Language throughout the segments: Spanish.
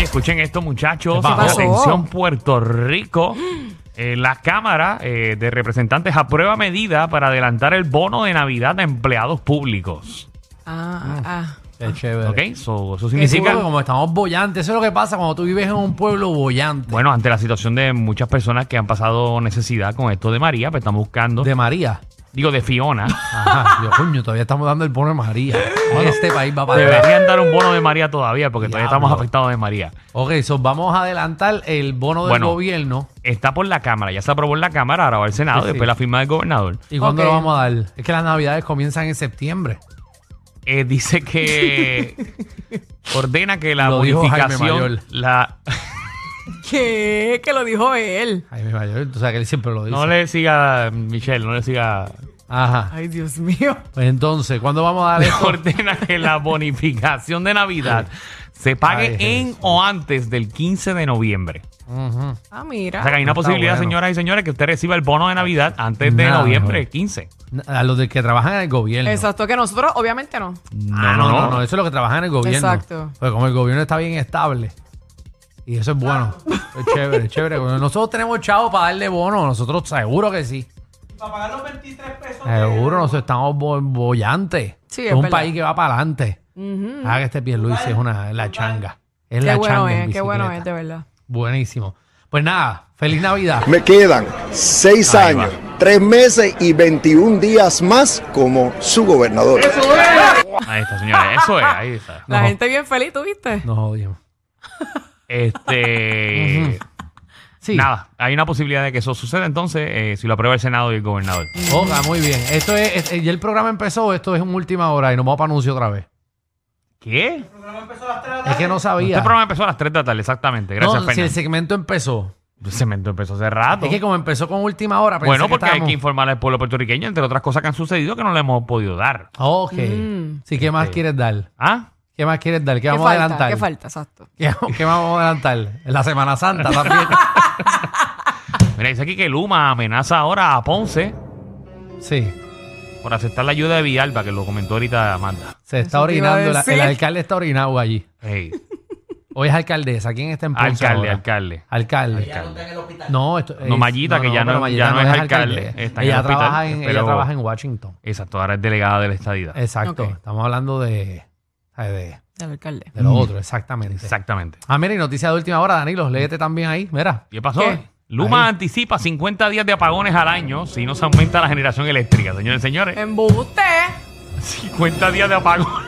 escuchen esto, muchachos. ¿Qué pasó? Atención, Puerto Rico. Eh, la Cámara eh, de Representantes aprueba medida para adelantar el bono de Navidad a empleados públicos. Ah, ah. Qué chévere. ¿Ok? So, eso Que sí, significa. claro, como estamos bollantes, eso es lo que pasa cuando tú vives en un pueblo bollante. Bueno, ante la situación de muchas personas que han pasado necesidad con esto de María, pues estamos buscando. De María. digo, de Fiona. Ajá, Dios coño, todavía estamos dando el bono de María. Bueno, este país va para adelante. Deberían dar un bono de María todavía, porque todavía Diablo. estamos afectados de María. Ok, so vamos a adelantar el bono del Bueno. gobierno. Está por la Cámara, ya se aprobó en la Cámara, ahora va el Senado, Sí, sí. después la firma del gobernador. ¿Y cuándo Ok. lo vamos a dar? Es que las navidades comienzan en septiembre. Eh, dice que ordena que la Lo dijo Jaime modificación. Mayol. La, ¿Qué? Que lo dijo él. Ay, mi mayor, tú sabes que él siempre lo dice. no le siga, Michelle, no le siga. Ajá. Ay, Dios mío. Pues entonces, ¿cuándo vamos a dar Le esto? ordena que la bonificación de Navidad se pague Ay, Jesús. en o antes del 15 de noviembre. Ujú. Ah, O sea que mira. hay una Está posibilidad, bueno. señoras y señores, que usted reciba el bono de Navidad antes de Nada noviembre mejor. 15. A los de que trabajan en el gobierno. Exacto, que nosotros obviamente no. No, Ah, no, no, no, eso es lo que trabaja en el gobierno. Exacto. Porque como el gobierno está bien estable. Y eso es bueno. Es chévere, es chévere. Cuando nosotros tenemos chavo para darle bono, nosotros seguro que sí. Para pagar los 23 pesos. Seguro, nosotros estamos bo- bollantes. Sí, es, es un verdad. país que va para adelante. Ah, que este Pierluisi es una la changa. Es Qué la bueno changa. en es, qué bueno es, bicicleta. de verdad. Buenísimo. Pues nada, feliz Navidad. Me quedan seis Ahí años, tres meses y 21 días más como su gobernador. Ahí está, señores. Eso es, ahí está. La No. gente bien feliz, ¿tú viste? Nos odiamos. Este. Sí. Nada, hay una posibilidad de que eso suceda entonces eh, si lo aprueba el Senado y el gobernador. Oiga, muy bien. Esto es, es- ya el programa empezó, esto es en última hora y nos vamos para anuncio otra vez. ¿Qué? Es que no sabía. Este programa empezó a las 3 de la tarde, exactamente. Gracias, no, si el Fernando. segmento empezó. Se me empezó hace rato. Es que como empezó con última hora, pensé bueno, que porque hay estábamos- que informar al pueblo puertorriqueño, entre otras cosas que han sucedido que no le hemos podido dar. Ah, Ok. Sí, ¿qué más Este. quieres dar? ¿Ah? ¿Qué más quieres dar? ¿Qué Mm. ¿Qué vamos a falta? adelantar? ¿Qué falta? Exacto. ¿Qué- qué vamos a adelantar? En La Semana Santa también. Mira, dice aquí que Luma amenaza ahora a Ponce sí. por aceptar la ayuda de Villalba, que lo comentó ahorita Amanda. Se está Eso te iba a orinando. la- el decir. alcalde está orinado allí. Ey, Hoy es alcaldesa. ¿Quién está en Ponce alcalde, ahora? alcalde. Alcalde. No, esto, No, Mayita, que ya no- pero ya no no es alcalde, está en el Ella, hospital, trabaja en, ella pero- trabaja en Washington. Exacto, ahora es delegada de la estadidad. Exacto. Ok. Estamos hablando de, de, Del alcalde. Mm. de lo otro, exactamente. Exactamente. Ah, mira, y noticia de última hora, Danilo, léete también ahí, mira. ¿Qué pasó? ¿Qué? Luma Ahí. anticipa 50 días de apagones al año si no se aumenta la generación eléctrica, señores y Eh. señores. Embuste. 50 días de apagones.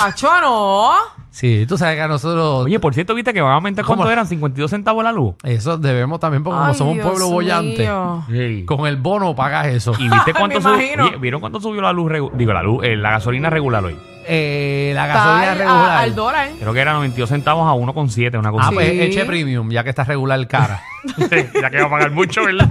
Acho no. Sí, tú sabes que a nosotros Oye, por cierto, viste que van a aumentar ¿Cómo? cuánto eran, 52 centavos la luz. eso debemos también, porque como Ay, somos un Dios pueblo bollante, mío. con el bono pagas eso. ¿Y viste cuánto Me subió? imagino. Oye, ¿Vieron cuánto subió la luz? regu- Digo, la luz, eh, la gasolina regular hoy. Eh, la gasolina Tal a- al regular. dólar. Creo que era 92 centavos a 1,7, una cosa ah, así. pues Sí. eche premium, ya que está regular cara. pues. Sí, ya que va a pagar mucho, ¿verdad?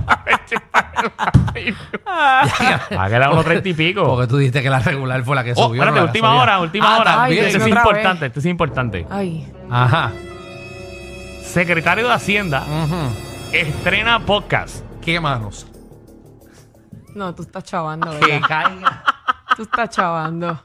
Págala a 1,30 y pico. porque tú dijiste que la regular fue la que Oh, subió. espérate, no la última gasolina. hora, última Ah, hora. también. Ay, este es otra vez. importante, este es importante. Ay. Ajá. Secretario de Hacienda ujú. estrena podcast. ¿Qué manos? No, tú estás chavando, Que ¿verdad? caiga. Tú estás chavando.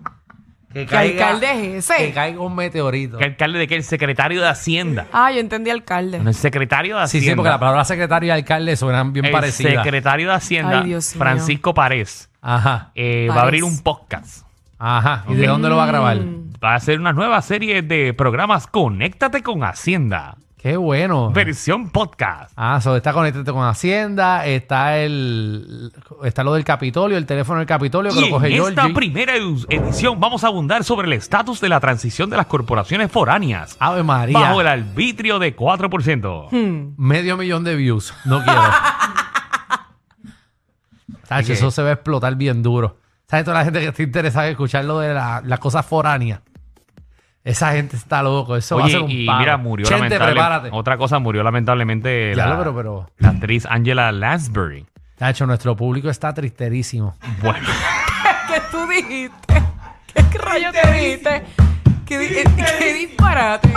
Que ¿Qué alcalde es ese? Que caiga un meteorito. ¿Qué alcalde de qué? El secretario de Hacienda. Ah, yo entendí alcalde. No, el secretario de Sí, Hacienda. sí, porque la palabra secretario y alcalde suenan bien El parecidas. secretario de Hacienda, Ay, Dios mío. Francisco Párez, Ajá. eh, Párez. va a abrir un podcast. Ajá. ¿Y de dónde lo va a grabar? Mm. Va a hacer una nueva serie de programas Conéctate con Hacienda. Qué bueno. Versión podcast. Ah, so está conectado con Hacienda, está el está lo del Capitolio, el teléfono del Capitolio que Y lo coge en esta Georgie. primera eu- edición vamos a abundar sobre el estatus de la transición de las corporaciones foráneas Ave María. Hmm. bajo el arbitrio de 4%. Medio millón de views. No quiero. Tacho, ¿Qué? eso se va a explotar bien duro. ¿Sabes toda la gente que está interesada en escuchar lo de la- las cosas foráneas? Esa gente está loco. Eso va a Oye, ser un y palo. mira, murió Gente, lamentable- prepárate. Otra cosa, murió lamentablemente Ya la, lo, pero, pero. la actriz Angela Lansbury. Tacho, nuestro público está tristerísimo. Bueno, ¿Qué tú dijiste? ¿Qué rayo te dijiste? ¿Qué, di- eh, qué disparate?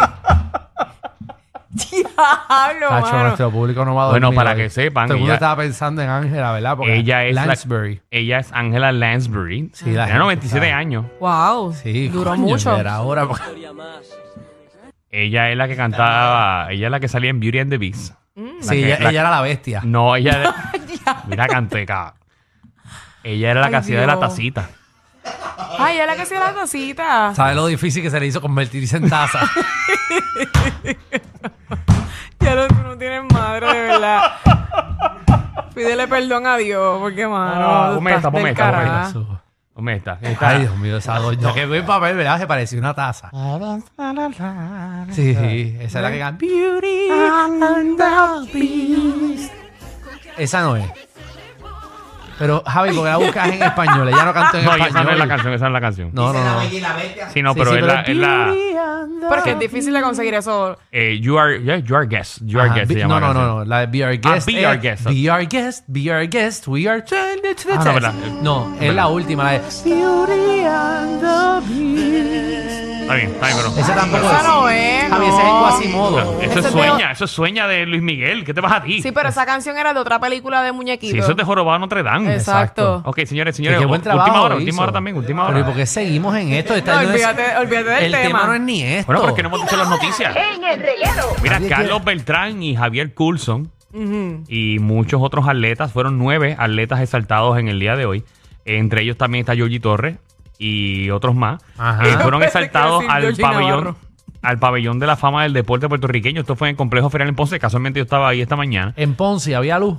Diablo, Tacho, mano. nuestro público no va a dormir. Bueno, para hoy. que sepan, Todo el mundo ella- estaba pensando en Ángela, ¿verdad? Porque ella es la- Lansbury. ella es Angela Lansbury. Sí, la Tiene gente 97 sabe. años. Wow. Sí, duró coño, mucho. era ahora. porque- Ella es la que cantaba, ella es la que salía en Beauty and the Beast. Mm. La Sí, que- ella, la- ella era la bestia. No, ella era- Mira, canteca. Ella era la que Ay, hacía de la Dios. tacita. Ay, ella es la que hacía la cosita. ¿Sabes lo difícil que se le hizo convertirse en taza? Ya lo, tú no tienes madre, de verdad. Pídele perdón a Dios, porque, mano. Ah, estás pometa, del pometa, carajo. pometa. ¿Dónde está? Está- Ay, Dios mío, esa doña que ve en papel, ¿verdad? Se parecía una taza. Sí, sí, esa es la que canta. Beauty and the Beast. Esa no es. Pero, Javi, porque la buscas en español. Ella no canta en No, y español. esa no es la canción, esa no es la canción. No, no, no. Sí, no, Sí, pero sí, es la... es la- Beauty and the- Pero es que es difícil de conseguir eso. eh, you are... yeah, you are guest. You are Ajá, guest be- se no, llama la no, no, canción. no. La de Be Our Guest. Ah, Be es- Our Guest. Be Our Guest, Be Our Guest, We Are turning to the Ah, no, test. verdad. No, es la última, la de Beauty and the Beast. Está bien, está bien, pero... Esa tampoco Esa es. no es. Javi, ese es el no. Quasimodo. Eso Ese es es sueña, eso es sueña de Luis Miguel. ¿Qué te vas a ti? Sí, pero esa canción era de otra película de muñequitos. Sí, eso es de Jorobado Notre Dame. Exacto. Ok, señores, Qué señores. buen última trabajo hora, hizo. última hora también, última Pero ¿y hora. por qué seguimos en esto? Esta No, es- olvídate, olvídate del el tema. tema. no es ni esto. Bueno, porque no hemos dicho las noticias. en el reguero. Mira, Nadie Carlos Beltrán y Javier Coulson y muchos otros atletas, fueron nueve atletas exaltados en el día de hoy. Entre ellos también está Yogi Torres y otros más. Ajá. Eh, fueron Yo pensé exaltados que iba a al decir Yogi pabellón, Navarro. al pabellón de la fama del deporte puertorriqueño. Esto fue en el complejo ferial en Ponce. Casualmente yo estaba ahí esta mañana. En Ponce había luz.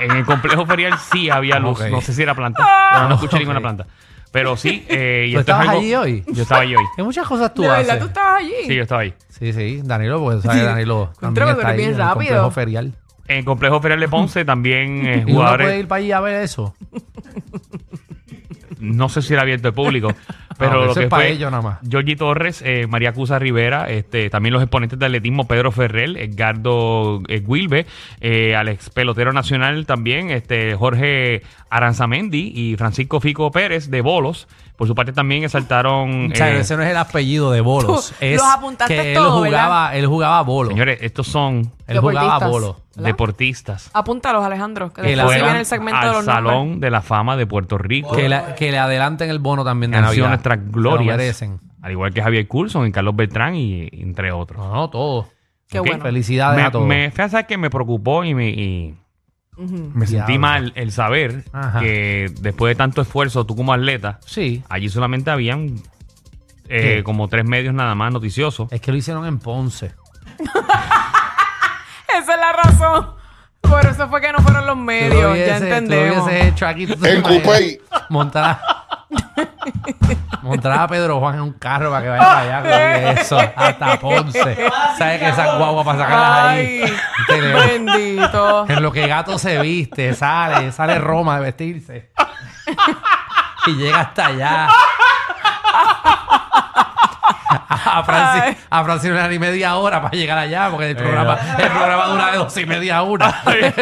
En el complejo ferial sí había luz. Ok. No sé si era planta. pero no escuché Ok. ninguna planta. Pero sí. Eh, y ¿Tú esto es estabas algo- allí hoy? Yo estaba allí hoy. Hay muchas cosas tú de verdad, haces. tú estabas allí. Sí, yo estaba ahí. Sí, sí, Danilo, porque sabes, Danilo Contra, también pero está ahí bien en el rápido. complejo ferial. En el complejo ferial de Ponce también eh, ¿Y uno puede jugadores. ir para allí a ver eso? No sé si era abierto al público. Pero eso lo es que para fue ellos nada más. Georgie Torres, eh, María Cusa Rivera, este, también los exponentes de atletismo Pedro Ferrell, Edgardo eh, Guilbe, eh, al ex pelotero nacional también, este, Jorge Aranzamendi y Francisco Fico Pérez de Bolos. Por su parte también exaltaron... O sea, eh, ese no es el apellido de bolos. Tú es los apuntaste que él todo, jugaba, él jugaba bolo. Señores, estos son él jugaba deportistas. bolo. ¿Verdad? deportistas Apúntalos, Alejandro, que Que que la- después se fueron viene fueron el segmento de al los salón nombres. de la fama de Puerto Rico. Que, la- que le adelanten el bono también de han sido Navidad. nuestras Se lo glorias. merecen. Al igual que Javier Coulson y Carlos Beltrán y y entre otros. No, no, todo. Qué Ok. bueno. Felicidades a todos. me, me, fíjate, ¿sabes qué? me preocupó y me, y Ujú. me sentí Diablo. mal el saber Ajá. que después de tanto esfuerzo, tú como atleta, Sí. allí solamente habían eh, ¿Qué? como tres medios nada más noticiosos. Es que lo hicieron en Ponce. Esa es la razón. Por eso fue que no fueron los Tú lo medios, ya hubieses- tú lo entendemos. hubieses hecho aquí. tú te En imaginas. Cupey. Montar a, montar a Pedro Juan en un carro para que vaya para allá. con eso. Hasta Ponce. ¿Sabes que esa guagua para sacarlas ahí? Ay, Te le- bendito. En lo que gato se viste, sale, sale Roma de vestirse. Y llega hasta allá. A Francis, a Francis una y media hora para llegar allá, porque el programa, el programa dura de dos y media a una.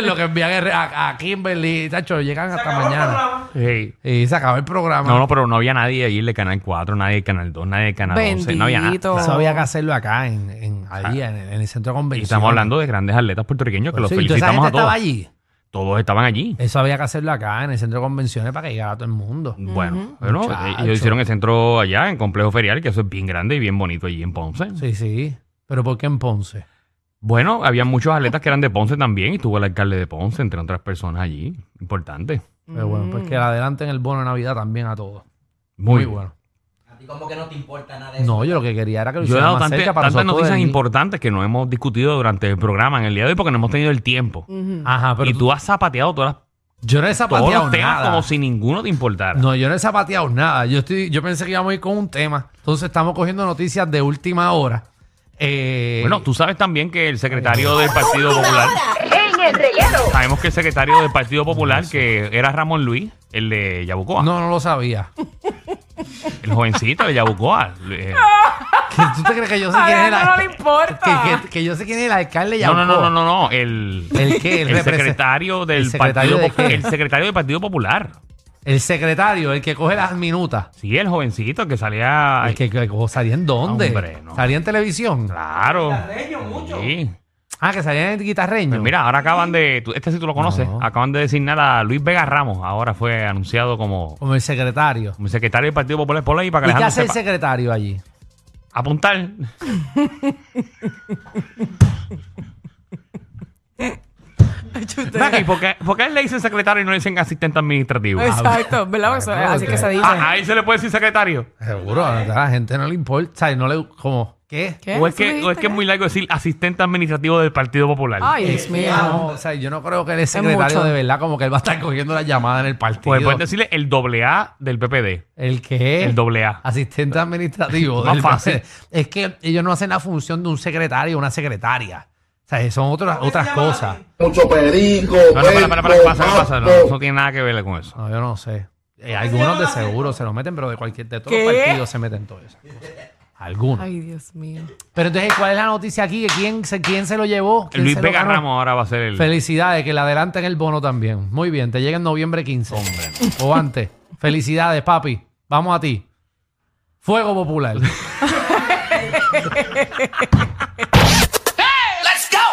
lo que envían es a, a Kimberly, tacho, llegan hasta mañana. Hey. Y se acaba el programa. No, no, pero no había nadie allí de Canal 4, nadie de Canal 2, nadie de Canal 11, no había nada. Bendito. Eso había que hacerlo acá, en, en, ahí, en, en el centro de Ah. Y convención. estamos hablando de grandes atletas puertorriqueños que Pues los felicitamos a todos. estaba allí. Todos estaban allí. Eso había que hacerlo acá, en el centro de convenciones, para que llegara todo el mundo. Bueno, pero no, Muchacho. eh, ellos hicieron el centro allá en Complejo Ferial, que eso es bien grande y bien bonito allí en Ponce. Sí, sí. Pero ¿por qué en Ponce? Bueno, había muchos atletas que eran de Ponce también y tuvo el alcalde de Ponce, entre otras personas allí. Importante. Pero bueno, Mm. pues que adelanten el bono de Navidad también a todos. Muy, bueno. bueno. ¿A ti como que no te importa nada de eso? No, yo lo que quería era que lo Yo he hicieran dado más tante- cerca para tantas nosotros noticias venir. importantes que no hemos discutido durante el programa en el día de hoy porque no hemos tenido el tiempo. Ajá, pero y tú has zapateado todas las- yo no he todos zapateado los temas nada. como si ninguno te importara. No, yo no he zapateado nada. Yo estoy, yo pensé que íbamos a ir con un tema. Entonces estamos cogiendo noticias de última hora. Eh, Bueno, tú sabes también que el secretario del Partido Popular... En el reguero. Sabemos que el secretario del Partido Popular, que era Ramón Luis, el de Yabucoa, No, no lo sabía. el jovencito de Yabucoa. eh, ¿Que ¿Tú te crees que yo sé A quién es el Mm. Alejandro no le alcalde? importa. Que, que- que yo sé quién es el alcalde de No, no, no, no, Yauco. no, no. El, ¿El qué? el El represent- secretario del ¿El secretario Partido de Popu- qué? El secretario del Partido Popular. El secretario, el que coge las minutas. Sí, el jovencito que salía. Es que, que- que- ¿Salía en dónde? Hombre, no. ¿Salía en televisión? Claro. Sí. Ah, que salía en el guitarreño. Pues mira, ahora acaban de. tú- Este sí tú lo conoces. No. Acaban de designar a Luis Vega Ramos. Ahora fue anunciado como, Como el secretario. como secretario del Partido Popular. Ponlo ahí para que ¿Y qué Alejandro hace el sepa. secretario allí? apuntar. Ay, chute. Naki, ¿por qué, por qué le dicen secretario y no le dicen asistente administrativo? Exacto, ¿verdad? Eso- Ah, así que se dice. Ah, ahí se le puede decir secretario. Seguro, a la gente no le importa. ¿Sabes? No le. Como, ¿qué? ¿Qué? O es, ¿Eso que, dijiste o es que es muy largo decir asistente administrativo del Partido Popular. Ay, Dios Sí, no, mío. o sea, yo no creo que él es secretario mucho. de verdad, como que él va a estar cogiendo la llamada en el partido. Eh. Pues pueden decirle el doble A del PPD. ¿El qué? El doble A. Asistente administrativo. Más del- fácil. Es que ellos no hacen la función de un secretario o una secretaria. O sea, son otras, otras cosas. Mucho perico. No, no, para, para, para, ¿qué perico, pasa? ¿Qué pasa? No, papo. no tiene nada que ver con eso. No, yo no sé. Eh, algunos de seguro se lo meten, pero de cualquier, de todos los ¿Qué? partidos se meten todas esas cosas. Algunos. Ay, Dios mío. Pero entonces, ¿cuál es la noticia aquí? ¿Quién se, quién se lo llevó? ¿Quién Luis se lo Vega ganó? Ramos ahora va a ser el. Felicidades, que le adelanten el bono también. Muy bien, te llega en noviembre 15. O antes. Felicidades, papi. Vamos a ti. Fuego popular.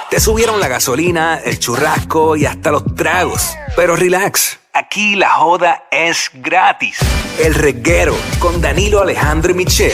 Te subieron la gasolina, el churrasco y hasta los tragos. Pero relax, aquí la joda es gratis. El reguero con Danilo Alejandro y Michel,